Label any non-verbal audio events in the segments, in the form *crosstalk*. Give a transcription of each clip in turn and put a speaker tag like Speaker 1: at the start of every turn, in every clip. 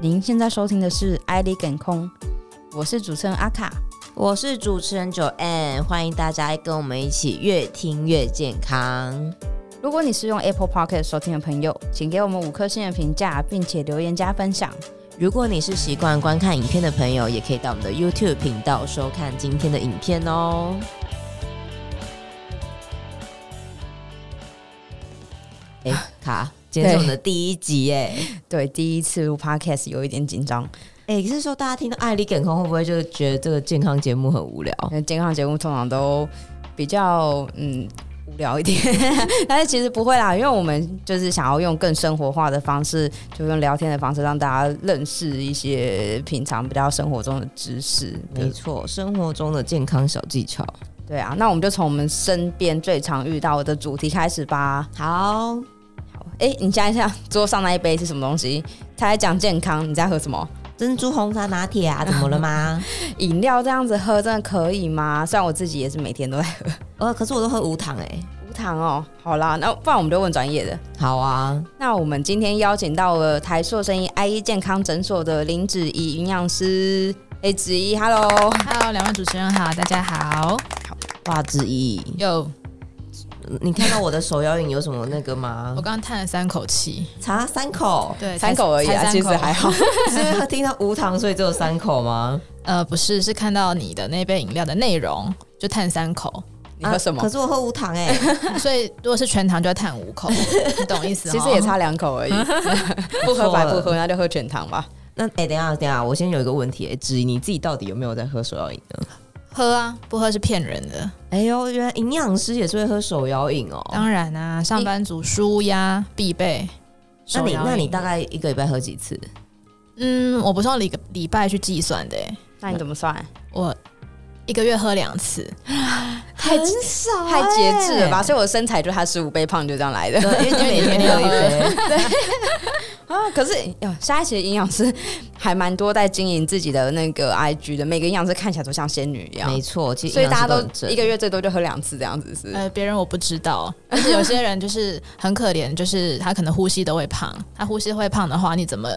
Speaker 1: 您现在收听的是《爱丽梗空》，我是主持人阿卡。
Speaker 2: 我是主持人九 N，欢迎大家跟我们一起越听越健康。
Speaker 1: 如果你是用 Apple Pocket 收听的朋友，请给我们五颗星的评价，并且留言加分享。
Speaker 2: 如果你是习惯观看影片的朋友，也可以到我们的 YouTube 频道收看今天的影片哦。 *laughs* 哎、卡，今天是我们的第一集耶！
Speaker 1: 对，第一次录 Podcast 有一点紧张，
Speaker 2: 哎、是说大家听到艾丽健康会不会就觉得这个健康节目很无聊？
Speaker 1: 因为健康节目通常都比较嗯无聊
Speaker 2: *laughs*
Speaker 1: 一点，但是其实不会啦，因为我们就是想要用更生活化的方式，就用聊天的方式让大家认识一些平常比较生活中的知识。比如
Speaker 2: 没错，生活中的健康小技巧。
Speaker 1: 对啊，那我们就从我们身边最常遇到的主题开始吧。
Speaker 2: 好，
Speaker 1: 哎、你想一下，桌上那一杯是什么东西？他在讲健康，你在喝什么？
Speaker 2: 珍珠红茶拿铁啊，怎么了吗？
Speaker 1: 饮料这样子喝真的可以吗？虽然我自己也是每天都在喝
Speaker 2: 呃，可是我都喝无糖哎、
Speaker 1: 无糖哦。好啦，那不然我们就问专业的。
Speaker 2: 好啊，
Speaker 1: 那我们今天邀请到了台硕生意 IE 健康诊所的林子怡营养师。哎，子怡，Hello，
Speaker 3: Hello，两位主持人好，大家好。
Speaker 2: 哇，之一，
Speaker 3: 有，
Speaker 2: 你看到我的手摇饮有什么那个吗
Speaker 3: 我？刚刚叹了三口气，
Speaker 2: 茶三口，
Speaker 3: 对，
Speaker 1: 三口而已啊，
Speaker 3: 才
Speaker 1: 其
Speaker 3: 三
Speaker 1: 实
Speaker 3: 口
Speaker 1: 还 *laughs* 好。
Speaker 2: 是因为听到无糖，所以只有三口吗？
Speaker 3: 呃，不是，是看到你的那杯饮料的内容就叹
Speaker 1: *laughs*
Speaker 3: 三口，
Speaker 1: *laughs* 你喝什么？
Speaker 2: 啊可是我喝无糖哎、
Speaker 3: 所以如果是全糖就要叹
Speaker 1: *laughs*
Speaker 3: 五口，你懂意思吗？
Speaker 1: 其实也差两口而已， *laughs* *laughs* 不喝白不喝，那就喝全糖吧。
Speaker 2: 那哎、等一下，等一下，我先有一个问题、哎，之一，你自己到底有没有在喝手摇饮呢？
Speaker 3: 喝啊，不喝是骗人的。
Speaker 2: 哎呦，原来营养师也是会喝手摇饮哦。
Speaker 3: 当然啊，上班族舒压必备。
Speaker 2: 那你
Speaker 3: 手摇饮
Speaker 2: 那你大概一个礼拜喝几次？
Speaker 3: 嗯，我不是用礼个礼拜去计算的欸，
Speaker 1: 那你怎么算？
Speaker 3: 我一个月喝两次，
Speaker 1: 太
Speaker 2: 少、
Speaker 1: 太节制了吧！？所以我的身材就他十五倍胖就这样来的。
Speaker 2: 对， *laughs* 因为你每天喝一杯，
Speaker 1: 啊，可是哟，现在其实营养师还蛮多在经营自己的那个 IG 的，每个营养师看起来都像仙女一样
Speaker 2: *laughs* 没，错，其实
Speaker 1: 所以大家
Speaker 2: 营养师
Speaker 1: 都
Speaker 2: 很正
Speaker 1: 一个月最多就喝两次这样子是。
Speaker 3: 呃，别人我不知道，但是有些人就是很可怜，就是他可能呼吸都会胖，他呼吸会胖的话，你怎么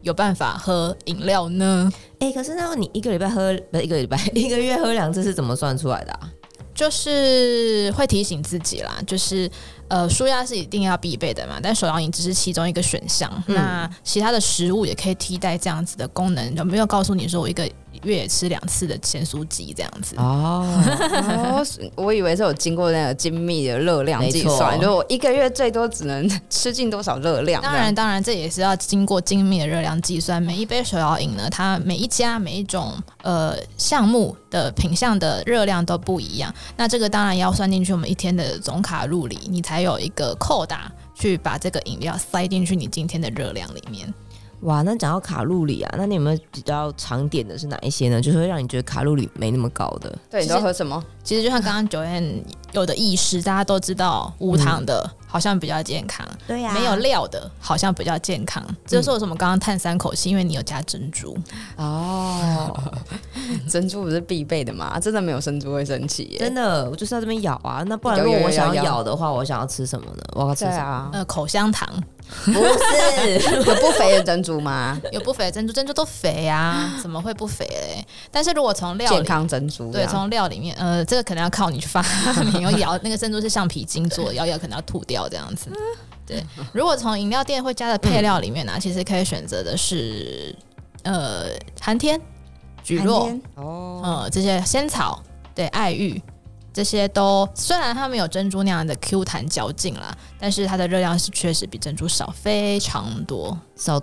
Speaker 3: 有办法喝饮料呢？
Speaker 2: 哎、可是那你一个礼拜喝不是一个礼拜一个月喝两次是怎么算出来的啊？
Speaker 3: 就是会提醒自己啦，就是呃，舒压是一定要必备的嘛，但手摇饮只是其中一个选项，那其他的食物也可以替代这样子的功能。有没有告诉你说我一个月也吃两次的咸酥鸡这样子？
Speaker 2: 哦，
Speaker 3: 嗯
Speaker 1: 哦，是我以为是有经过那个精密的热量计算，
Speaker 2: 没错
Speaker 1: 就我一个月最多只能吃进多少热量。
Speaker 3: 当然，，当然，这也是要经过精密的热量计算。每一杯手摇饮呢，它每一家每一种呃项目的品项的热量都不一样。那这个当然要算进去我们一天的总卡路里，你才有一个扣打去把这个饮料塞进去你今天的热量里面。
Speaker 2: *laughs* 哇，那讲到卡路里啊，那你有没有比较常点的是哪一些呢？就是会让你觉得卡路里没那么高的，
Speaker 1: 对，你
Speaker 3: 其实
Speaker 1: 都喝什么？ *laughs*
Speaker 3: 其实就像刚刚九燕有的意识，大家都知道无糖的、好像比较健康，
Speaker 2: 对啊呀
Speaker 3: 没有料的好像比较健康。这就是为什么刚刚叹三口气，因为你有加珍珠。
Speaker 2: 哦，
Speaker 1: 珍珠不是必备的嘛？真的没有珍珠会生气耶。
Speaker 2: 真的，我就是要这边咬啊。那不然
Speaker 1: 有
Speaker 2: 如果
Speaker 1: 有
Speaker 2: 我
Speaker 1: 有
Speaker 2: 想
Speaker 1: 有
Speaker 2: 要咬的话，我想要吃什么呢？我要吃
Speaker 1: 对
Speaker 2: 什么？
Speaker 1: 啊，
Speaker 3: 呃，口香糖。
Speaker 2: 不是，
Speaker 1: 有不肥的珍珠吗？
Speaker 3: 有不肥的珍珠，珍珠都肥啊，怎么会不肥嘞？但是如果从料
Speaker 1: 健
Speaker 3: 理，
Speaker 1: 康珍珠这
Speaker 3: 对，
Speaker 1: 样，
Speaker 3: 从料里面，呃，这个可能要靠你去发明， *laughs* 要咬那个珍珠是橡皮筋做，咬一咬可能要吐掉这样子。对，如果从饮料店会加的配料里面呢、其实可以选择的是，呃，寒天、蒟
Speaker 1: 寒
Speaker 3: 蒻
Speaker 1: 天，
Speaker 2: 哦，
Speaker 3: 呃，这些仙草，对，爱玉。这些都虽然它没有珍珠那样的 Q 弹嚼劲啦，但是它的热量是确实比珍珠少非常多。
Speaker 2: 少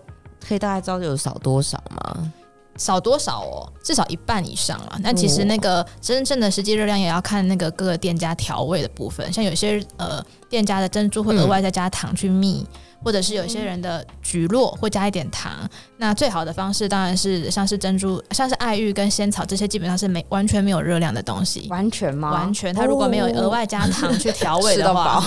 Speaker 2: 可以大概知道有少多少吗？
Speaker 3: 少多少哦，至少一半以上啊了。那其实
Speaker 2: 哇
Speaker 3: 那个真正的实际热量也要看那个各个店家调味的部分，像有些呃店家的珍珠会额外再加糖去蜜，或者是有些人的菊络会加一点糖。那最好的方式当然是像是珍珠、像是爱玉跟仙草这些基本上是没完全没有热量的东西。
Speaker 1: 完全吗？
Speaker 3: 完全，它如果没有额外加糖去调味
Speaker 1: 吃
Speaker 3: 的
Speaker 1: 到
Speaker 3: 话 *laughs*
Speaker 1: 饱，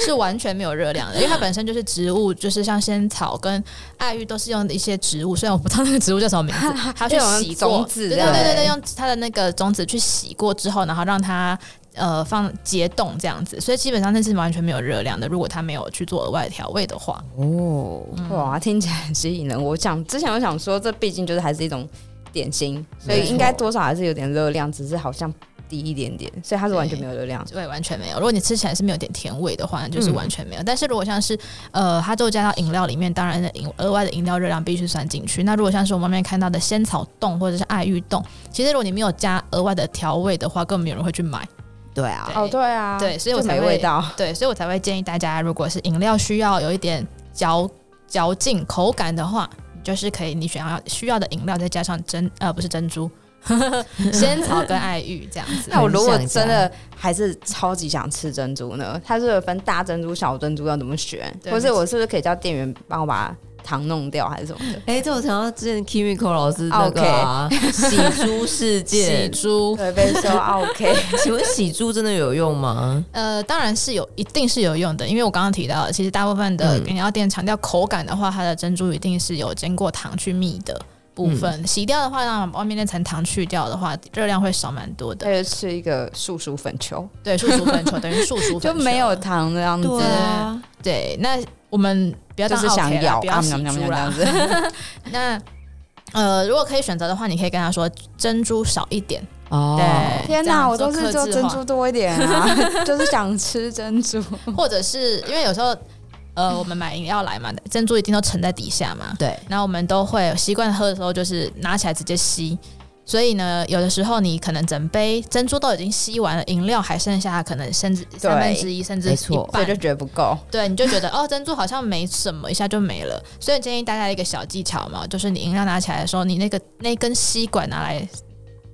Speaker 3: 是完全没有热量的，因为它本身就是植物，就是像仙草跟爱玉都是用的一些植物，虽然我不知道那个植物叫什么名字，它去洗
Speaker 1: 就有
Speaker 3: 过
Speaker 1: 种子
Speaker 3: *laughs* 对
Speaker 1: 这
Speaker 3: 对
Speaker 1: 样
Speaker 3: 对对对，用它的那个种子去洗过之后，然后让它。呃放解冻这样子，所以基本上那是完全没有热量的。如果它没有去做额外调味的话，
Speaker 2: 哦，
Speaker 1: 哇，听起来很吸引人。我想之前我想说，这毕竟就是还是一种点心，所
Speaker 2: 没
Speaker 1: 以
Speaker 2: 错
Speaker 1: 应该多少还是有点热量，只是好像低一点点，所以它是完全没有热量。
Speaker 3: 对，完全没有。如果你吃起来是没有点甜味的话，那
Speaker 1: 嗯
Speaker 3: 就是完全没有。但是如果像是呃，它就加到饮料里面，当然的饮额外的饮料热量必须算进去。那如果像是我们外面看到的仙草冻或者是爱玉冻，其实如果你没有加额外的调味的话，根本没有人会去买。
Speaker 2: 对啊，
Speaker 1: 哦，对啊，
Speaker 3: 对所以我
Speaker 1: 就
Speaker 3: 才
Speaker 1: 没
Speaker 3: 会
Speaker 1: 味 *laughs* 道。
Speaker 3: 对，所以我才会建议大家，如果是饮料需要有一点嚼嚼劲、口感的话，你就是可以你选要需要的饮料再加上珍呃不是珍珠， *laughs* 仙草跟爱玉这样子。
Speaker 1: 那我如果
Speaker 2: 很想
Speaker 1: 真的还是超级想吃珍珠呢？它是有分大珍珠、小珍珠，要怎么选？
Speaker 3: 对
Speaker 1: 或
Speaker 3: 没
Speaker 1: 是
Speaker 3: 错
Speaker 1: 我是不是可以叫店员帮我把糖弄掉，还是什么的？
Speaker 2: 哎、这我想到之前 Kimiko 老师那个、啊、洗猪事
Speaker 3: 喜
Speaker 2: 件，
Speaker 3: 猪，
Speaker 1: 对，被说啊 OK，
Speaker 2: 请问洗猪真的有用吗？
Speaker 3: 呃，当然是有，一定是有用的，因为我刚刚提到，其实大部分的
Speaker 2: 嗯
Speaker 3: 饮料店强调口感的话，它的珍珠一定是有经过糖去蜜的部分，
Speaker 1: 嗯
Speaker 3: 洗掉的话，让外面那层糖去掉的话，热量会少蛮多的。
Speaker 1: 对，吃一个素薯粉球
Speaker 3: 对，树薯粉球等于树薯粉
Speaker 1: *laughs* 就
Speaker 3: 球
Speaker 1: 没有糖这样子，
Speaker 2: 对啊，
Speaker 3: 对，那我们不要
Speaker 1: 就
Speaker 3: 当
Speaker 1: 是想
Speaker 3: OK 啦
Speaker 1: 咬，
Speaker 3: 不
Speaker 1: 啊
Speaker 3: 要洗
Speaker 1: 喵喵喵
Speaker 3: 猪
Speaker 1: 这样
Speaker 3: 啦。
Speaker 1: 子。
Speaker 3: 那呃，如果可以选择的话，你可以跟他说珍珠少一点。
Speaker 2: 哦，
Speaker 3: 对，
Speaker 1: 天
Speaker 3: 这样
Speaker 1: 哪，我
Speaker 3: 做
Speaker 1: 都是
Speaker 3: 克
Speaker 1: 做
Speaker 3: 制
Speaker 1: 珍
Speaker 3: 化
Speaker 1: 珠多一点
Speaker 3: *laughs*
Speaker 1: 啊，就是想吃珍珠。
Speaker 3: 或者是因为有时候，呃，我们买饮料来嘛，珍珠一定都沉在底下嘛，
Speaker 2: 对，
Speaker 3: 然后我们都会习惯喝的时候就是拿起来直接吸。所以呢，有的时候你可能整杯珍珠都已经吸完了，饮料还剩下可能甚至三分之一，甚至
Speaker 2: 没
Speaker 3: 一
Speaker 2: 错
Speaker 1: 所以就
Speaker 3: 半，
Speaker 1: 觉得不
Speaker 3: *laughs*
Speaker 1: 够，
Speaker 3: 对，你就觉得哦，珍珠好像没什么，一下就没了。所以建议大家一个小技巧嘛，就是你饮料拿起来的时候，你那个那根吸管拿来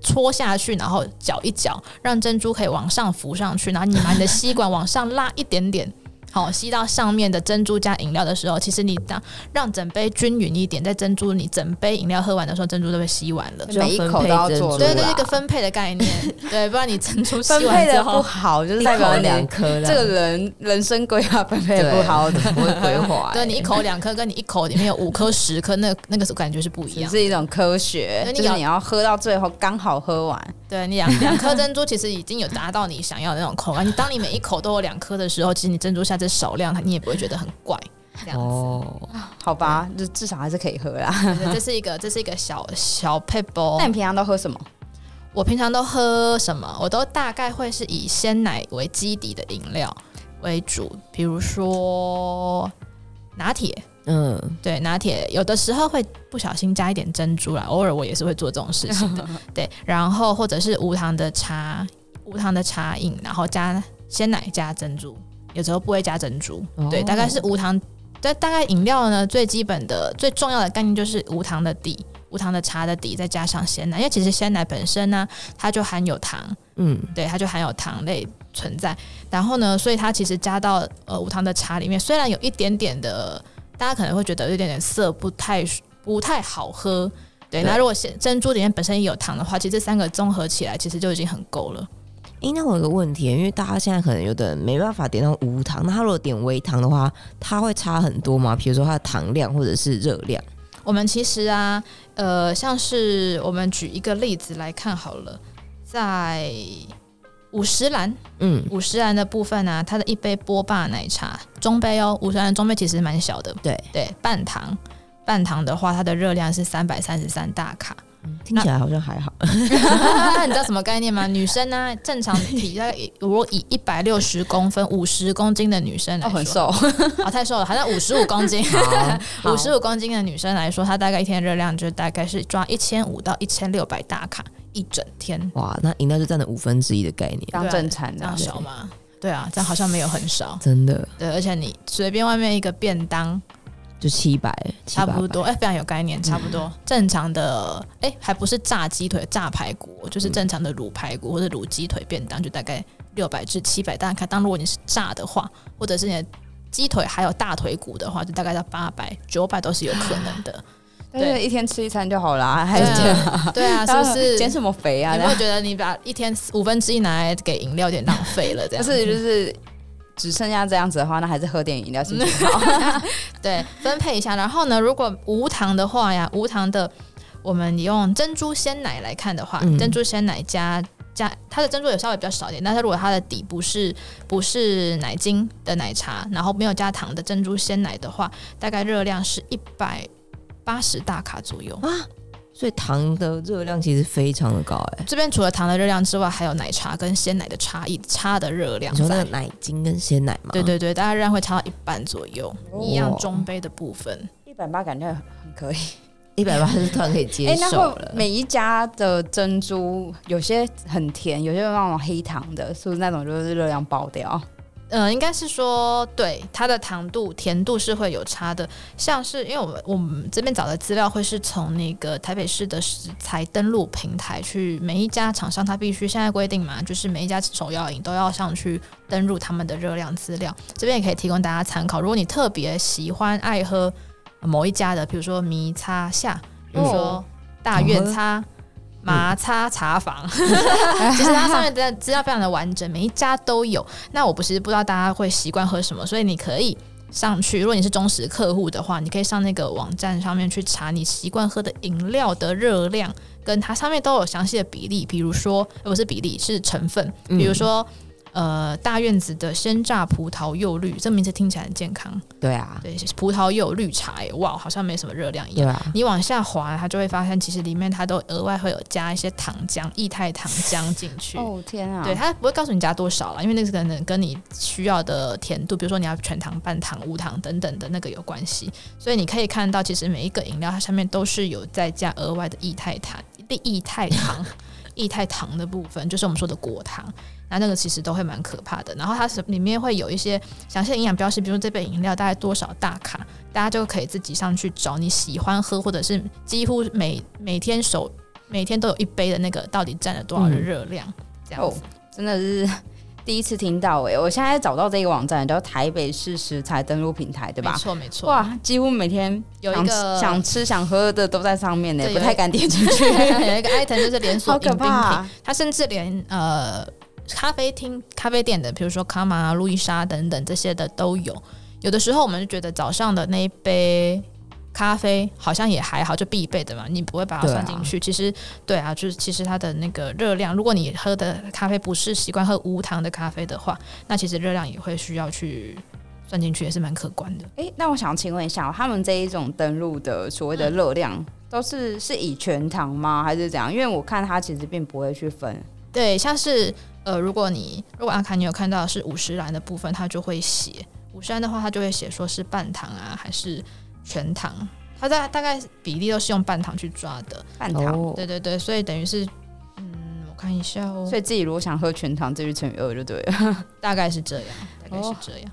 Speaker 3: 戳下去，然后搅一搅，让珍珠可以往上浮上去，然后你把你的吸管往上拉一点点。好，吸到上面的珍珠加饮料的时候，其实你让让整杯均匀一点，在珍珠你整杯饮料喝完的时候，珍珠都被吸完了。
Speaker 2: 就要
Speaker 1: 每一
Speaker 2: 分
Speaker 1: 口
Speaker 2: 配
Speaker 1: 都要
Speaker 2: 珍
Speaker 1: 做
Speaker 2: 珠
Speaker 1: 对
Speaker 3: 对对，啊
Speaker 2: 啦
Speaker 3: 一个分配的概念，对，不
Speaker 1: *laughs*
Speaker 3: 然你珍珠吸
Speaker 1: 分
Speaker 3: 完
Speaker 1: 配
Speaker 3: 之
Speaker 1: 的不
Speaker 3: 后，
Speaker 1: 好，就是
Speaker 2: 一
Speaker 1: 代表
Speaker 2: 口
Speaker 1: 你
Speaker 2: 两颗
Speaker 1: 这个人人生规划分配得不好的，
Speaker 2: 我会规划、欸，
Speaker 3: *laughs* 对你一口两颗，跟你一口里面有五颗十颗，那那个感觉是不一
Speaker 1: 只
Speaker 3: 样的。
Speaker 1: 是一种科学
Speaker 3: 对，你
Speaker 1: 就是
Speaker 3: 咬
Speaker 1: 你要喝到最后刚好喝完，
Speaker 3: 对你两两颗珍珠，其实已经有达到你想要的那种口感。你当你每一口都有两颗的时候，其实你珍珠下次少量，它你也不会觉得很怪。这样子，
Speaker 2: 哦，
Speaker 1: 好吧，就至少还是可以喝啦。
Speaker 3: 对这是一个这是一个小小配包
Speaker 1: 那。你平常都喝什么？
Speaker 3: 我平常都喝什么？我都大概会是以鲜奶为基底的饮料为主，比如说拿铁。
Speaker 2: 嗯，
Speaker 3: 对，拿铁有的时候会不小心加一点珍珠啦，偶尔我也是会做这种事情的。对，然后或者是无糖的茶，无糖的茶饮，然后加鲜奶加珍珠，有时候不会加珍珠。对，
Speaker 2: 哦
Speaker 3: 大概是无糖。但大概饮料呢，最基本的、最重要的概念就是无糖的底，无糖的茶的底，再加上鲜奶，因为其实鲜奶本身呢，它就含有糖，
Speaker 2: 嗯，
Speaker 3: 对，它就含有糖类存在。然后呢，所以它其实加到呃无糖的茶里面，虽然有一点点的，大家可能会觉得有一点点涩，不太不太好喝。对，
Speaker 2: 对
Speaker 3: 那如果鲜珍珠里面本身也有糖的话，其实这三个综合起来，其实就已经很够了。
Speaker 2: 哎、那我有个问题，因为大家现在可能有的人没办法点到无糖，那他如果点微糖的话，它会差很多吗？比如说它的糖量或者是热量？
Speaker 3: 我们其实啊，呃，像是我们举一个例子来看好了，在五十兰
Speaker 2: 嗯，
Speaker 3: 五十兰的部分呢、它的一杯波霸奶茶中杯哦，五十兰的中杯其实蛮小的，
Speaker 2: 对
Speaker 3: 对，半糖。半糖的话，它的热量是三百三十三大
Speaker 2: *laughs*
Speaker 3: 卡。
Speaker 2: 听起来好像还好。
Speaker 3: 那你知道什么概念吗？女生呢、正常体大概如果以一百六十公分、五十公斤的女生来
Speaker 1: 哦，
Speaker 3: 说，
Speaker 1: 很瘦， *laughs*
Speaker 3: 哦，太瘦了，好像五十五公斤。
Speaker 2: 好
Speaker 3: *laughs* 五十五公斤的女生来说，她大概一天的热量就大概是抓一千五到一千六百大卡一整天，
Speaker 2: 哇，那饮料就占了五分之一的概念，
Speaker 1: 当正餐
Speaker 3: 这
Speaker 1: 这样
Speaker 3: 样
Speaker 1: 子。
Speaker 3: 少吗？对啊，这样好像没有很少。
Speaker 2: 真的
Speaker 3: 对，而且你随便外面一个便当，
Speaker 2: 就七百，嗯
Speaker 3: 差不
Speaker 2: 700吧。
Speaker 3: 多，哎、非常有概念，差不多。正常的，哎、还不是炸鸡腿、炸排骨，就是
Speaker 2: 嗯
Speaker 3: 正常的卤排骨或者卤鸡腿便当，就大概六百至七百。大概当如果你是炸的话，或者是你的鸡腿还有大腿骨的话，就大概到八百、九百都是有可
Speaker 2: *laughs*
Speaker 3: 能的。
Speaker 1: 但是一天吃一餐就好啦，还
Speaker 3: 对
Speaker 1: 是
Speaker 3: 啊，对啊，是
Speaker 1: *laughs*
Speaker 3: 不
Speaker 2: *laughs*
Speaker 3: 是？
Speaker 1: 减什么肥啊？
Speaker 3: 你
Speaker 1: 这
Speaker 3: 有
Speaker 1: 样
Speaker 3: 没有觉得你把一天五分之一拿来给饮料，有点浪费了？这
Speaker 1: 不
Speaker 3: 样
Speaker 1: 是就是只剩下这样子的话，那还是喝点饮料
Speaker 3: 嗯
Speaker 1: 心情好。
Speaker 3: *laughs* 对，分配一下。然后呢，如果无糖的话呀，无糖的，我们用珍珠鲜奶来看的话，
Speaker 2: 嗯
Speaker 3: 珍珠鲜奶加加它的珍珠也稍微比较少一点，但是如果它的底不是不是奶精的奶茶，然后没有加糖的珍珠鲜奶的话，大概热量是一百八十大卡左右。
Speaker 2: 啊所以糖的热量其实非常的高、哎，
Speaker 3: 这边除了糖的热量之外，还有奶茶跟鲜奶的差异，差的热量
Speaker 2: 你说那
Speaker 3: 在
Speaker 2: 个。嗯奶精跟鲜奶嘛，
Speaker 3: 对对对，大概热量会差到一半左右，
Speaker 1: 哦
Speaker 3: 一样中杯的部分。
Speaker 1: 一百八感觉很可以。
Speaker 2: 一百八十突然可以接
Speaker 1: 哎、那
Speaker 2: 受
Speaker 1: 会
Speaker 2: 了。
Speaker 1: 每一家的珍珠有些很甜，有些那种黑糖的，是不是那种就是热量爆掉？
Speaker 3: 呃，应该是说，对它的糖度、甜度是会有差的。像是因为我们我们这边找的资料会是从那个台北市的食材登录平台去，每一家厂商它必须现在规定嘛，就是每一家手摇饮都要上去登入他们的热量资料。这边也可以提供大家参考。如果你特别喜欢爱喝某一家的，比如说米擦夏，比如说
Speaker 1: 哦
Speaker 3: 大院擦。麻擦茶坊， *laughs* 就是它上面的资料非常的完整，每一家都有。那我不是不知道大家会习惯喝什么，所以你可以上去，如果你是忠实客户的话，你可以上那个网站上面去查你习惯喝的饮料的热量，跟它上面都有详细的比例，比如说呃不是比例是成分，
Speaker 2: 嗯
Speaker 3: 比如说。呃，大院子的鲜榨葡萄柚绿，这名字听起来很健康。
Speaker 2: 对啊，
Speaker 3: 对，葡萄柚绿茶、欸，哇，好像没什么热量一样。
Speaker 2: 对啊，
Speaker 3: 你往下滑，它就会发现，其实里面它都额外会有加一些糖浆、液态糖浆进去。
Speaker 1: 哦天啊！
Speaker 3: 对，它不会告诉你加多少啦，因为那个可能跟你需要的甜度，比如说你要全糖、半糖、无糖等等的那个有关系。所以你可以看到，其实每一个饮料它下面都是有再加额外的液态糖、 *laughs* 液态糖、液态糖的部分，就是我们说的果糖。那那个其实都会蛮可怕的。然后它是里面会有一些详细的营养标识，比如说这杯饮料大概多少大卡，大家就可以自己上去找你喜欢喝，或者是几乎每每天手每天都有一杯的那个到底占了多少的
Speaker 2: 嗯
Speaker 3: 热量。这样
Speaker 1: 哦
Speaker 3: 子，
Speaker 1: 真的是第一次听到哎、我现在找到这个网站叫台北市食材登录平台，对吧
Speaker 3: 没？错，没错。 *laughs*
Speaker 1: 哇，几乎每天
Speaker 3: 有
Speaker 1: 想
Speaker 3: 一个
Speaker 1: 想吃想喝的都在上面呢、
Speaker 3: 对有
Speaker 1: 不太敢点进去， *laughs*
Speaker 3: 有一个 item 就是连锁
Speaker 1: 好
Speaker 3: 饮
Speaker 1: 可怕
Speaker 3: 冰品，
Speaker 1: 啊、
Speaker 3: 它甚至连呃咖啡厅、咖啡店的，比如说卡玛、路易莎等等这些的都有。有的时候我们就觉得早上的那一杯咖啡好像也还好，就必备的嘛，你不会把它算进去。其实对啊，就是其实它的那个热量，如果你喝的咖啡不是习惯喝无糖的咖啡的话，那其实热量也会需要去算进去，也是蛮可观的。
Speaker 1: 哎、那我想请问一下哦，他们这一种登录的所谓的嗯热量，都是是以全糖吗？还是怎样？因为我看它其实并不会去分。
Speaker 3: 对，像是呃，如果你如果阿卡你有看到是五十兰的部分，它就会写五十兰的话，它就会写说是半糖啊还是全糖，它大大概比例都是用半糖去抓的。
Speaker 1: 半糖，
Speaker 2: 哦
Speaker 3: 对对对，所以等于是嗯，我看一下哦，
Speaker 1: 所以自己如果想喝全糖，这就乘以二就对了。
Speaker 3: 大概是这样，大概是
Speaker 1: 哦
Speaker 3: 这样。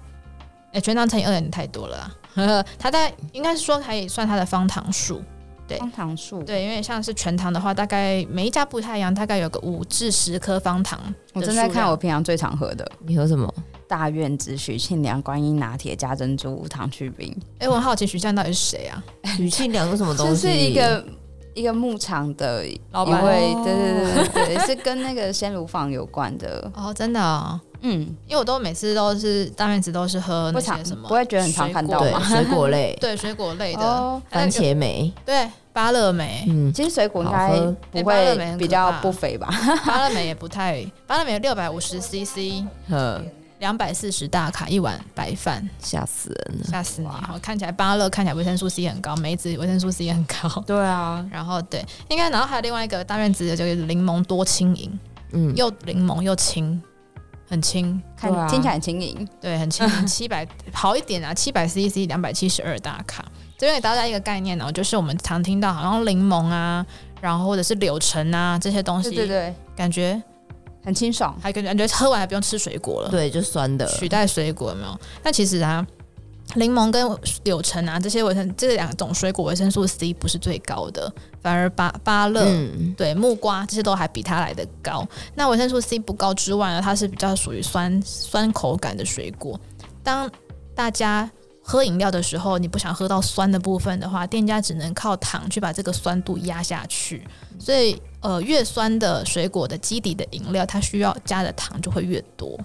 Speaker 3: 哎、全糖乘以二有点太多了啦， *laughs* 它大概应该是说可以算它的方糖数。对
Speaker 1: 方糖数，
Speaker 3: 对，因为像是全糖的话，大概每一家不太一样，大概有个五至十颗方糖。
Speaker 1: 我正在看我平常最常喝的
Speaker 2: 你喝什么？
Speaker 1: 大院子许沁凉观音拿铁加珍珠无糖去冰，
Speaker 3: 哎、我很好奇徐湛到底是谁啊？
Speaker 2: 许沁凉是什么东
Speaker 1: 这
Speaker 2: 西？
Speaker 1: 是一个一个牧场的一
Speaker 3: 老板
Speaker 1: 位
Speaker 2: 哦，
Speaker 1: 对对对对对，是跟那个鲜乳坊有关的。
Speaker 3: 哦，真的、哦，
Speaker 1: 嗯，
Speaker 3: 因为我都每次都是大面子都是喝
Speaker 1: 不
Speaker 3: 那
Speaker 1: 常
Speaker 3: 些什么，
Speaker 1: 不会觉得很常看到
Speaker 3: 水
Speaker 2: 对
Speaker 1: 吗？
Speaker 2: 水果类
Speaker 3: *laughs* ，对水果类的，
Speaker 1: 哦
Speaker 3: 那
Speaker 2: 番
Speaker 3: 个
Speaker 2: 茄莓，
Speaker 3: 对芭乐
Speaker 1: *laughs*
Speaker 3: 莓，
Speaker 2: 嗯，
Speaker 1: 其实水果应该
Speaker 2: 好喝
Speaker 1: 不
Speaker 3: 哎芭乐莓
Speaker 1: 会
Speaker 3: 很可
Speaker 1: 比较
Speaker 3: 怕
Speaker 1: 不肥吧？
Speaker 3: 芭乐莓也不太，芭乐莓六百五十 CC，
Speaker 2: 呵，
Speaker 3: 两百四十大卡一碗白饭，
Speaker 2: 吓死人了。
Speaker 3: 吓死你！我看起来芭乐看起来维生素 C 很高，梅子维生素 C 很高。 *laughs*
Speaker 1: 对啊，
Speaker 3: 然后对，应该，然后还有另外一个大院子的就是柠檬多轻盈，
Speaker 2: 嗯，
Speaker 3: 又柠檬又轻，很轻，
Speaker 1: 看、
Speaker 2: 对啊
Speaker 1: 听起来很轻盈，
Speaker 3: 对，很轻，
Speaker 1: *laughs*
Speaker 3: 七百好一点啊，七百 CC 两百七十二大卡。这边给大家一个概念哦，就是我们常听到好像柠檬啊，然后或者是柳橙啊这些东西，
Speaker 1: 对对对，
Speaker 3: 感觉
Speaker 1: 很清爽。
Speaker 3: 还感觉感觉喝完还不用吃水果了，
Speaker 2: 对，就酸的，
Speaker 3: 取代水果有没有？但其实啊，柠檬跟柳橙啊这些维生这两种水果维生素 C 不是最高的，反而芭芭乐、
Speaker 2: 嗯，
Speaker 3: 对木瓜这些都还比它来的高。那维生素 C 不高之外呢，它是比较属于酸酸口感的水果。当大家喝饮料的时候，你不想喝到酸的部分的话，店家只能靠糖去把这个酸度压下去。所以，呃，越酸的水果的基底的饮料，它需要加的糖就会越多。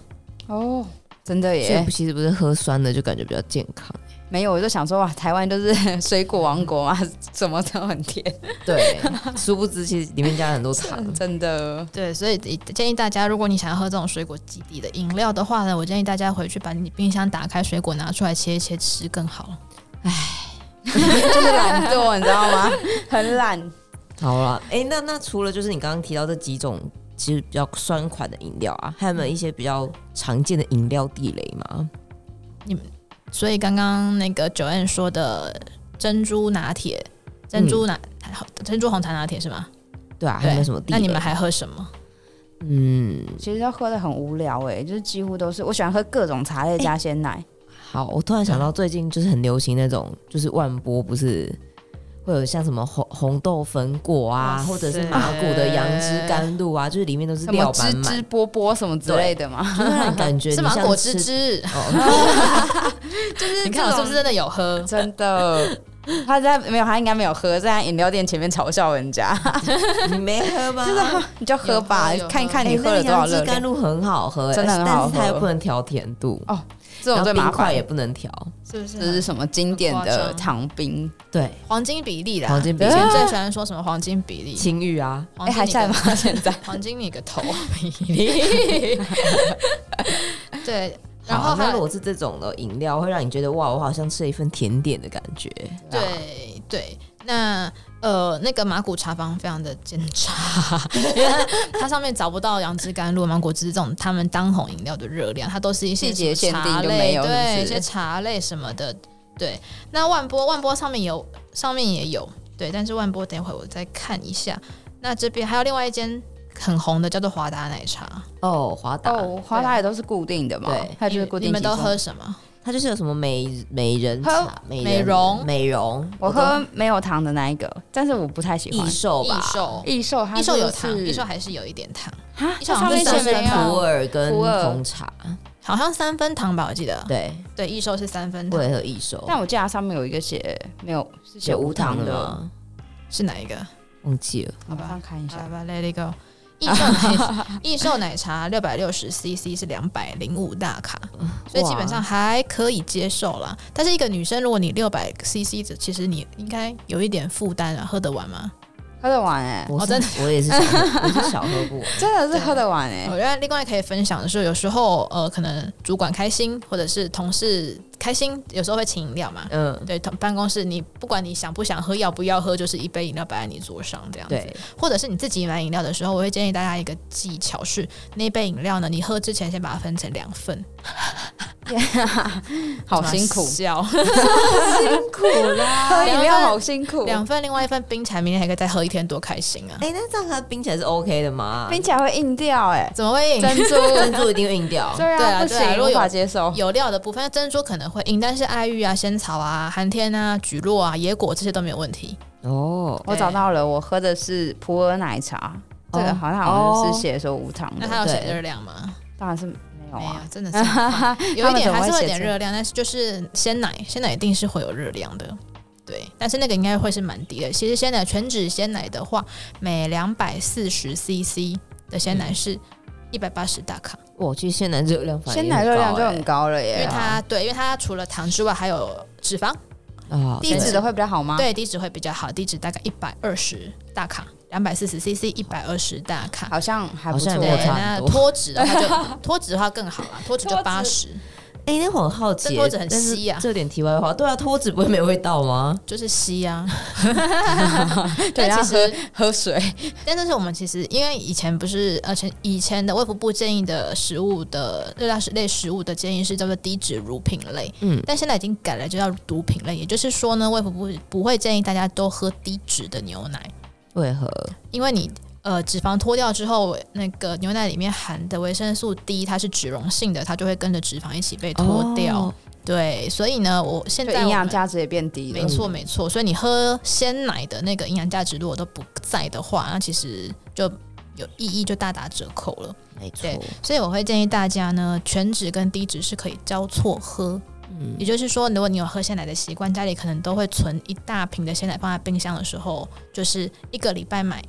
Speaker 1: 哦，真的
Speaker 2: 所以
Speaker 1: 耶！
Speaker 2: 其实不是喝酸的就感觉比较健康。
Speaker 1: 没有，我就想说哇，台湾就是 *laughs* 水果王国啊，什么都很甜，
Speaker 2: 对，殊不知其实里面加了很多糖。
Speaker 1: 真的。
Speaker 3: 对，所以建议大家，如果你想要喝这种水果基底的饮料的话呢，我建议大家回去把你冰箱打开，水果拿出来切一切吃更好。
Speaker 1: 就是懒惰，你知道吗？ *laughs* 很懒。
Speaker 2: 好了，哎、那那除了就是你刚刚提到这几种其实比较酸款的饮料啊，还有没有一些比较常见的饮料地雷吗？
Speaker 3: 所以刚刚那个九恩说的珍珠拿铁、珍珠拿、珍珠红茶拿铁是吗？
Speaker 2: 对啊，还有没有
Speaker 3: 对
Speaker 2: 什么，地雷？
Speaker 3: 那你们还喝什么？
Speaker 2: 嗯，
Speaker 1: 其实都喝的很无聊哎、就是几乎都是我喜欢喝各种茶类加鲜奶，
Speaker 2: 好，我突然
Speaker 1: 嗯
Speaker 2: 想到最近就是很流行那种，就是万波不是会有像什么红红豆粉果啊，
Speaker 3: 哇
Speaker 2: 或者是
Speaker 3: 塞
Speaker 2: 麻古的杨枝甘露啊，就是里面都是
Speaker 1: 嗯什
Speaker 2: 料
Speaker 1: 么
Speaker 2: 满
Speaker 1: 芝
Speaker 2: 满
Speaker 1: 芝，波波什么之类的嘛。
Speaker 2: 就是让你感
Speaker 1: *laughs*
Speaker 2: 觉你
Speaker 3: 是芒
Speaker 2: 像
Speaker 3: 果
Speaker 2: 吃
Speaker 3: 汁汁，
Speaker 2: 哦，
Speaker 1: 就是
Speaker 3: 你看我是不是真的有喝？
Speaker 1: 真 *laughs* 的？他在没有，他应该没有喝，在饮料店前面嘲笑人家，
Speaker 2: 你没喝吧？
Speaker 1: *laughs* 你就喝吧
Speaker 3: 有喝有，喝
Speaker 1: 看看
Speaker 2: 哎
Speaker 1: 你喝了多少
Speaker 2: 那个
Speaker 1: 热
Speaker 2: 杨枝
Speaker 1: 量。
Speaker 2: 甘露很好喝，哎
Speaker 1: 真的很好
Speaker 2: 但
Speaker 1: 喝
Speaker 2: 是它又不能调甜度，
Speaker 1: 这种
Speaker 2: 然后
Speaker 1: 最麻
Speaker 2: 冰块
Speaker 1: 烦
Speaker 2: 也，不能调，
Speaker 3: 是不是
Speaker 1: 这是什么经典
Speaker 3: 很夸
Speaker 1: 的
Speaker 3: 张
Speaker 1: 糖冰？
Speaker 2: 对，
Speaker 3: 黄金比例啦？
Speaker 2: 黄金比例
Speaker 3: 以
Speaker 1: 啊
Speaker 3: 前最喜欢说什么黄金比例？
Speaker 2: 青玉啊，
Speaker 3: 黄
Speaker 1: 哎，还
Speaker 3: 金你
Speaker 1: 在
Speaker 3: 个
Speaker 1: 吗？现在？
Speaker 3: *laughs* 黄金你个
Speaker 2: *laughs*
Speaker 3: 头比例。对，然后
Speaker 2: 好那
Speaker 3: 还
Speaker 2: 如
Speaker 3: 有
Speaker 2: 果是这种的饮料，会让你觉得哇，我好像吃了一份甜点的感觉，
Speaker 3: 对
Speaker 1: 嗯
Speaker 3: 对，那呃，那个马古茶坊非常的奸诈， *laughs* 因为它它上面找不到杨枝甘露、芒果汁这种他们当红饮料的热量，它都是一些
Speaker 1: 细节
Speaker 3: 什
Speaker 1: 限
Speaker 3: 么
Speaker 1: 定
Speaker 3: 茶
Speaker 1: 就
Speaker 3: 类
Speaker 1: 没有是不
Speaker 3: 对，一
Speaker 1: 是
Speaker 3: 些茶类什么的。对，那万波万波上面有，上面也有对，但是万波等一会我再看一下。那这边还有另外一间很红的，叫做华达奶茶。
Speaker 2: 哦，华达。
Speaker 1: 哦，华达也都是固定的嘛
Speaker 2: 对，
Speaker 1: 它就是固
Speaker 3: 你
Speaker 1: 定。
Speaker 3: 们都喝？什么？
Speaker 2: 它就是有什么美美人
Speaker 1: 喝
Speaker 2: 茶、美
Speaker 3: 美
Speaker 2: 人
Speaker 3: 容
Speaker 2: 美容，
Speaker 1: 我喝没有糖的那一个，但是我不太喜
Speaker 2: 益
Speaker 1: 欢。
Speaker 2: 寿吧
Speaker 3: 益，寿，
Speaker 1: 益寿它
Speaker 3: 益寿有
Speaker 1: 就是
Speaker 3: 糖，益寿还是有一点糖，
Speaker 1: 啊，
Speaker 3: 益寿
Speaker 1: 它
Speaker 3: 好
Speaker 1: 上面
Speaker 3: 像
Speaker 1: 写
Speaker 3: 是三
Speaker 1: 没
Speaker 3: 分糖
Speaker 2: 普
Speaker 1: 有。
Speaker 2: 洱跟
Speaker 1: 普洱
Speaker 2: 红茶，
Speaker 3: 好像三分糖吧，我记得。
Speaker 2: 对，
Speaker 3: 对，益寿是三分
Speaker 2: 我
Speaker 3: 糖，
Speaker 2: 也喝益寿，
Speaker 1: 但我记得它上面有一个写没有，是写
Speaker 2: 有无
Speaker 1: 无
Speaker 2: 糖
Speaker 1: 糖
Speaker 2: 的
Speaker 1: 的。
Speaker 2: 吗？
Speaker 3: 是哪一个？
Speaker 2: 忘记了，
Speaker 1: 我马上看一
Speaker 3: 好
Speaker 1: 下。
Speaker 3: 吧，Let it *laughs* go。益寿奶 *laughs* 益寿奶茶六百六十 CC 是两百零五大卡，所以基本上
Speaker 2: 哇
Speaker 3: 还可以接受啦。但是一个女生，如果你六百 CC 的，其实你应该有一点负担啊，喝得完吗？
Speaker 1: 喝得完哎、
Speaker 2: 我
Speaker 3: 哦
Speaker 2: 真
Speaker 3: 真
Speaker 2: 的我也是小喝，我是小喝不完。
Speaker 1: 真的是喝得完哎、
Speaker 3: 我觉得另外可以分享的是，有时候呃，可能主管开心，或者是同事开心，有时候会请饮料嘛。
Speaker 2: 嗯，
Speaker 3: 对，同办公室你不管你想不想喝，要不要喝，就是一杯饮料摆在你桌上这样子。
Speaker 2: 对，
Speaker 3: 或者是你自己买饮料的时候，我会建议大家一个技巧是，那杯饮料呢，你喝之前先把它分成两份，
Speaker 1: 好辛苦， *laughs*
Speaker 3: 笑，
Speaker 1: 辛苦啦，喝饮料好辛苦，
Speaker 3: 两份，另外一份冰起来，明天还可以再喝一天，多开心啊！
Speaker 2: 哎，那这样它冰起来是 OK 的吗？
Speaker 1: 冰起来会硬掉哎、
Speaker 3: 怎么会
Speaker 1: 珍珠，
Speaker 2: 珍珠一定会
Speaker 1: *laughs*
Speaker 2: 硬掉，
Speaker 1: 对
Speaker 3: 对
Speaker 1: 啊，
Speaker 3: 啊
Speaker 1: 不
Speaker 3: 对啊如
Speaker 1: 行，
Speaker 3: 果
Speaker 1: 无
Speaker 3: 有
Speaker 1: 法接受。
Speaker 3: *laughs* 有料的部分，珍珠可能会硬，但是爱玉啊、仙草啊、寒天啊、菊络啊、野果这些都没有问题。
Speaker 2: 哦，
Speaker 1: 我找到了，我喝的是普洱奶茶，这个好像好像是写说无糖
Speaker 3: 哦那
Speaker 1: 的，
Speaker 3: 它有写
Speaker 2: 对
Speaker 3: 热量吗？
Speaker 1: 当然是没有
Speaker 3: 没有
Speaker 1: 啊。，
Speaker 3: 哎真的是很
Speaker 1: *laughs*
Speaker 3: 快有
Speaker 1: 他们
Speaker 3: 一
Speaker 1: 怎
Speaker 3: 点
Speaker 1: 么
Speaker 3: 还
Speaker 1: 会
Speaker 3: 是会有
Speaker 1: 写
Speaker 3: 点
Speaker 1: 成
Speaker 3: 热量，但是就是鲜奶，鲜奶一定是会有热量的。对，但是那个应该会是蛮低的。其实鲜奶全脂鲜奶的话，每两百四十 CC 的鲜
Speaker 1: 嗯
Speaker 3: 奶是一百八十大卡，
Speaker 2: 我其实鲜奶热量反而
Speaker 1: 鲜
Speaker 2: 也
Speaker 1: 奶
Speaker 2: 很
Speaker 1: 热量
Speaker 2: 高
Speaker 1: 就
Speaker 2: 哎
Speaker 1: 很高了
Speaker 3: 欸因为
Speaker 1: 耶，
Speaker 3: 它对，因为它除了糖之外还有脂肪，
Speaker 2: 啊，
Speaker 1: 低脂
Speaker 2: 对
Speaker 1: 的会比较好吗？，
Speaker 3: 对低脂会比较好，低脂大概一百二十大卡，两百四十 CC 一百二十大卡。
Speaker 1: 好像还不错
Speaker 2: 好像
Speaker 3: 对
Speaker 2: 没有，差
Speaker 1: 欸。
Speaker 3: 那
Speaker 2: 很多
Speaker 3: 脱脂的话就脱脂的话更好啊，脱脂就
Speaker 1: 脱脂
Speaker 3: 八十，
Speaker 2: 哎、那会很好奇、
Speaker 3: 但脱脂很稀啊
Speaker 2: 但是这点题外话，对啊，脱脂不会没味道吗？
Speaker 3: 就是稀啊。
Speaker 1: *laughs* 对，
Speaker 3: 但
Speaker 1: 然后
Speaker 3: 其实
Speaker 1: 喝喝水，
Speaker 3: 但但是我们其实因为以前不是，而且以前的卫福部建议的食物的热量类食物的建议是叫做低脂乳品类，
Speaker 2: 嗯
Speaker 3: 嗯，但现在已经改了，就叫毒品类。也就是说呢，卫福部不会建议大家都喝低脂的牛奶，
Speaker 2: 为何？
Speaker 3: 因为你呃脂肪脱掉之后，那个牛奶里面含的维生素 D 它是脂溶性的，它就会跟着脂肪一起被脱掉。
Speaker 2: 哦
Speaker 3: 对，所以呢，我现
Speaker 1: 就
Speaker 3: 在
Speaker 1: 营
Speaker 3: 我
Speaker 1: 养
Speaker 3: 们
Speaker 1: 价值也变低
Speaker 3: 没
Speaker 1: 了。
Speaker 3: 错，没错。所以你喝鲜奶的那个营养价值如果都不在的话，那其实就有意义就大打折扣了。
Speaker 2: 没错
Speaker 3: 对，所以我会建议大家呢，全脂跟低脂是可以交错喝。
Speaker 2: 嗯，
Speaker 3: 也就是说，如果你有喝鲜奶的习惯，家里可能都会存一大瓶的鲜奶放在冰箱的时候，就是一个礼拜买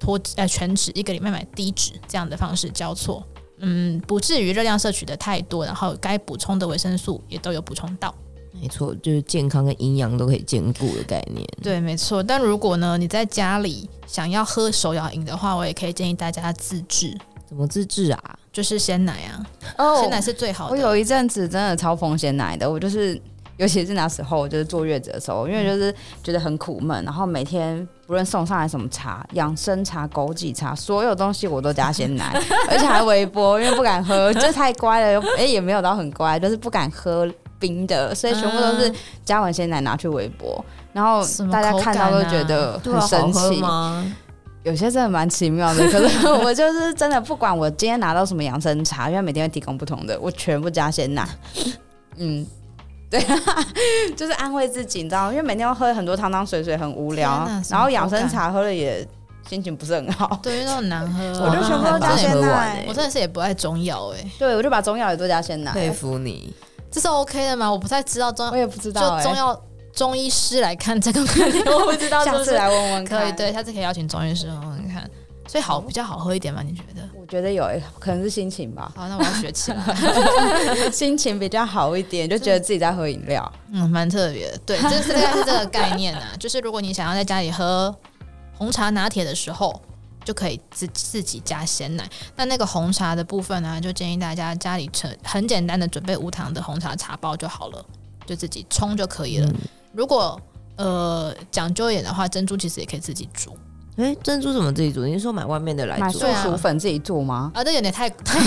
Speaker 3: 脱脂呃全脂，一个礼拜买低脂这样的方式交错。嗯，不至于热量摄取的太多，然后该补充的维生素也都有补充到。
Speaker 2: 没没错，就是健康跟营养都可以兼顾的概念。
Speaker 3: 对，没错。但如果呢，你在家里想要喝手摇饮的话，我也可以建议大家自制，
Speaker 2: 怎么自制啊？
Speaker 3: 就是鲜奶啊，
Speaker 1: 哦
Speaker 3: 鲜奶是最好
Speaker 1: 我
Speaker 3: 的。
Speaker 1: 有一阵子真的超疯鲜奶的，我就是。尤其是那时候，就是坐月子的时候，
Speaker 3: 嗯
Speaker 1: 因为就是觉得很苦闷，然后每天不论送上来什么茶，养生茶、枸杞茶，所有东西我都加鲜奶，而且还微波，因为不敢喝，就是太乖了，哎、也没有到很乖，就是不敢喝冰的，所以全部都是
Speaker 3: 嗯
Speaker 1: 加完鲜奶拿去微波，然后
Speaker 3: 什么
Speaker 1: 大家看到
Speaker 3: 口感
Speaker 1: 都
Speaker 3: 啊
Speaker 1: 觉得
Speaker 2: 对
Speaker 1: 很
Speaker 2: 啊，好
Speaker 1: 生
Speaker 2: 喝
Speaker 1: 气、
Speaker 2: 吗？
Speaker 1: 有些真的蛮奇妙的，可是我就是真的不管我今天拿到什么养生茶，因为它每天会提供不同的，我全部加鲜奶。嗯， *laughs* 对，就是安慰自己，你知道吗，因为每天要喝很多汤汤水水，很无聊
Speaker 3: 天哪。什么
Speaker 1: 然后养生茶喝了也心情不是很好，
Speaker 3: 对，因为都很难喝啊、
Speaker 1: 我就全部都
Speaker 2: 把
Speaker 1: 加
Speaker 2: 它
Speaker 1: 鲜
Speaker 2: 喝完
Speaker 1: 奶
Speaker 3: 我。真的是也不爱中药哎、
Speaker 1: 对，我就把中药也都加鲜
Speaker 2: 佩
Speaker 1: 奶。
Speaker 2: 服你，
Speaker 3: 这是 OK 的吗？我不太知道中
Speaker 1: 我也不知道、
Speaker 3: 就
Speaker 1: 欸，
Speaker 3: 中药中医师来看这个问题，我不知道是
Speaker 1: 下
Speaker 3: 不
Speaker 1: 次
Speaker 3: 是
Speaker 1: 来问问
Speaker 3: 可以
Speaker 1: *laughs* 看。
Speaker 3: 对，下次可以邀请中医师问问看，所以好比较好喝一点吗？你觉得？
Speaker 1: 我觉得有、欸，可能是心情吧，
Speaker 3: 好，那我要学起
Speaker 1: *laughs*
Speaker 3: 来。
Speaker 1: 心情比较好一点，就觉得自己在喝饮料。
Speaker 3: 嗯，蛮特别的。对，这是大概是这个概念啊， *laughs* 就是如果你想要在家里喝红茶拿铁的时候，就可以自自己加鲜奶。那那个红茶的部分啊呢，就建议大家家里成很简单的准备无糖的红茶茶包就好了，就自己冲就可以了。如果呃讲究一点的话，珍珠其实也可以自己煮
Speaker 2: 哎、珍珠怎么自己煮？你是说买外面的来
Speaker 1: 买
Speaker 2: 煮
Speaker 1: 素
Speaker 3: 对啊
Speaker 1: 薯粉自己做吗？
Speaker 3: 啊，这有点太 *laughs* 太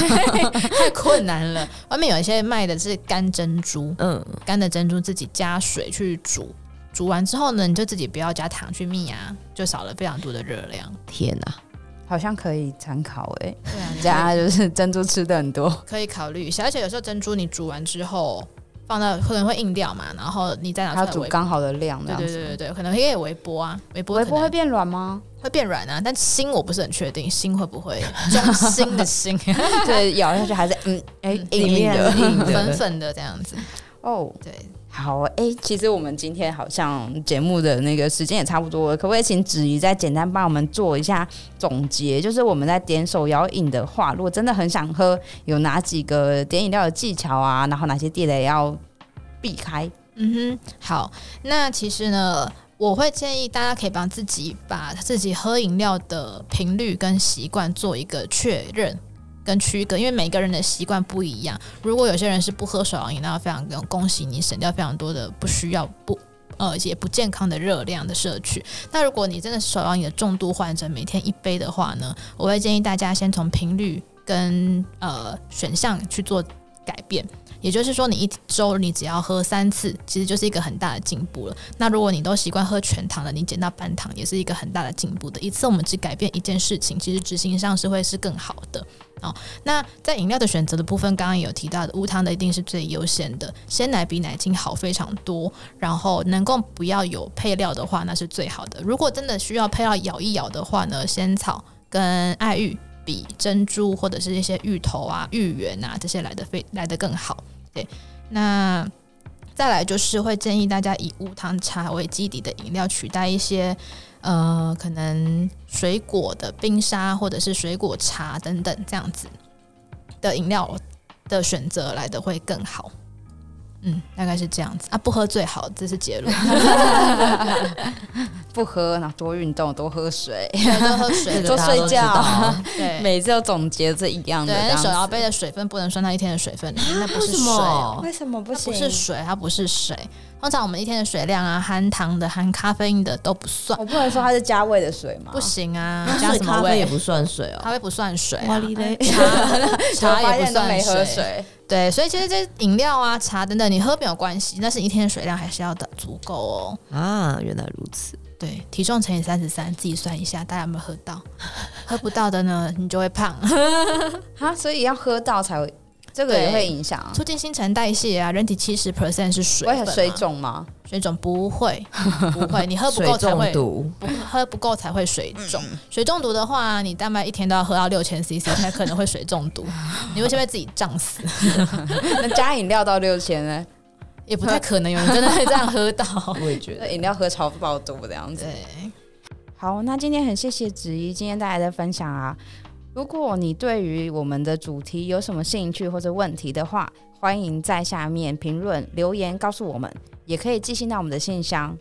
Speaker 3: 太困难了。外面有一些卖的是干珍珠，
Speaker 2: 嗯，
Speaker 3: 干的珍珠自己加水去煮，煮完之后呢，你就自己不要加糖去蜜啊，就少了非常多的热量。
Speaker 2: 天哪、
Speaker 1: 好像可以参考哎、欸。
Speaker 3: 对啊，你
Speaker 1: 家就是珍珠吃的很多，
Speaker 3: 可以考虑一下。而且有时候珍珠你煮完之后放到可能会硬掉嘛， *laughs* 然后你再拿
Speaker 1: 它
Speaker 3: 出来
Speaker 1: 煮
Speaker 3: 微波。
Speaker 1: 刚好的量这
Speaker 3: 对
Speaker 1: 样
Speaker 3: 对
Speaker 1: 子。
Speaker 3: 对对对，可能可以微波啊，微波
Speaker 1: 微
Speaker 3: 可
Speaker 1: 波会
Speaker 3: 能
Speaker 1: 变软吗？
Speaker 3: *laughs* 会变软啊，但心我不是很确定，心会不 *laughs* 会中心的 *laughs* 心，
Speaker 1: 对，咬下去还是嗯， *laughs* 哎、
Speaker 3: 嗯
Speaker 1: 硬硬的。
Speaker 2: 硬
Speaker 3: *laughs*
Speaker 2: 的
Speaker 3: 粉粉的这样子，
Speaker 1: 哦，
Speaker 3: 对。
Speaker 1: 好，哎、其实我们今天好像节目的那个时间也差不多了，可不可以请子怡再简单帮我们做一下总结？就是我们在点手摇饮的话，如果真的很想喝，有哪几个点饮料的技巧啊？然后哪些地雷要避开？
Speaker 3: 嗯哼，好，那其实呢，我会建议大家可以帮自己把自己喝饮料的频率跟习惯做一个确认。跟区隔，因为每个人的习惯不一样。如果有些人是不喝手摇饮料，非常恭喜你省掉非常多的不需要不呃也不健康的热量的摄取。那如果你真的是手摇饮的重度患者，每天一杯的话呢，我会建议大家先从频率跟呃选项去做改变。也就是说，你一周你只要喝三次，其实就是一个很大的进步了。那如果你都习惯喝全糖的，你减到半糖也是一个很大的进步的。一次我们只改变一件事情，其实执行上是会是更好的。哦，那在饮料的选择的部分，刚刚也有提到的，无糖的一定是最优先的，鲜奶比奶精好非常多。然后能够不要有配料的话，那是最好的。如果真的需要配料咬一咬的话呢，仙草跟爱玉比珍珠或者是一些芋头啊、芋圆啊这些来的非来的更好。对，那再来就是会建议大家以无糖茶为基底的饮料取代一些。呃，可能水果的冰沙或者是水果茶等等这样子的饮料的选择来的会更好。嗯，大概是这样子啊，不喝最好，这是结论。
Speaker 1: 不喝，然后多运动，多喝水，
Speaker 3: 对，多喝水，
Speaker 1: 多睡觉
Speaker 3: 大家都知道。对。
Speaker 1: 每次都总结这一样的
Speaker 3: 对，
Speaker 1: 这
Speaker 3: 那
Speaker 1: 样
Speaker 3: 手摇
Speaker 1: 子。
Speaker 3: 杯的水分不能算到一天的水分里面，那不是
Speaker 2: 为什
Speaker 3: 水哦，
Speaker 2: 么？
Speaker 1: 为什么不
Speaker 3: 它不是水，它不是水。通常我们一天的水量啊，含糖的、含咖啡因的都不算，
Speaker 1: 我不能说它是加味的水吗？
Speaker 3: 不行啊，
Speaker 2: 那
Speaker 3: 加
Speaker 2: 所以
Speaker 3: 什么
Speaker 2: 咖啡也
Speaker 3: 味？
Speaker 2: 不算水哦。
Speaker 3: 咖啡不算水啊、
Speaker 2: 哇哩嘞！
Speaker 3: *laughs* 茶茶
Speaker 1: 发
Speaker 3: 也不
Speaker 1: 现都
Speaker 3: 算
Speaker 1: 没喝
Speaker 3: 水。
Speaker 1: 水。
Speaker 3: 对，所以其实这饮料啊、茶等等，你喝没有关系，但是一天的水量还是要的足够哦。
Speaker 2: 啊，原来如此。
Speaker 3: 对，体重乘以三十三，自己算一下，大家有没有喝到？ *laughs* 喝不到的呢，你就会胖。 *laughs*
Speaker 1: 啊，所以要喝到才会，这个也会影响啊。
Speaker 3: 促进新陈代谢啊，人体七十 percent 是水
Speaker 1: 会
Speaker 3: 分、啊
Speaker 1: 很
Speaker 3: 嘛，
Speaker 1: 水肿吗？
Speaker 3: 水肿不会，不会，你喝不
Speaker 2: 水
Speaker 3: 够才
Speaker 2: 中
Speaker 3: 会
Speaker 2: 毒，
Speaker 3: 不喝不够才会水肿。水中毒的话，你大概一天都要喝到六千 CC 才可能会水中毒，你会先被自己胀死，
Speaker 1: *laughs* 那加饮料到六千呢？
Speaker 3: 也不太可能有人真的会这样喝到。
Speaker 2: 我也觉
Speaker 1: 那。饮料喝超爆多这样子。
Speaker 3: *laughs* 对，
Speaker 1: 好，那今天很谢谢子怡今天带来的分享啊。如果你对于我们的主题有什么兴趣或者问题的话，欢迎在下面评论留言告诉我们，也可以寄信到我们的信箱。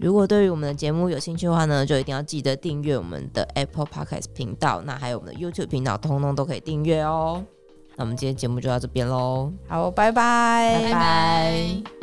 Speaker 2: 如果对于我们的节目有兴趣的话呢，就一定要记得订阅我们的 Apple Podcast 频道，那还有我们的 YouTube 频道，通通都可以订阅哦。那我们今天节目就到这边喽。
Speaker 1: 好，拜拜，
Speaker 3: 拜拜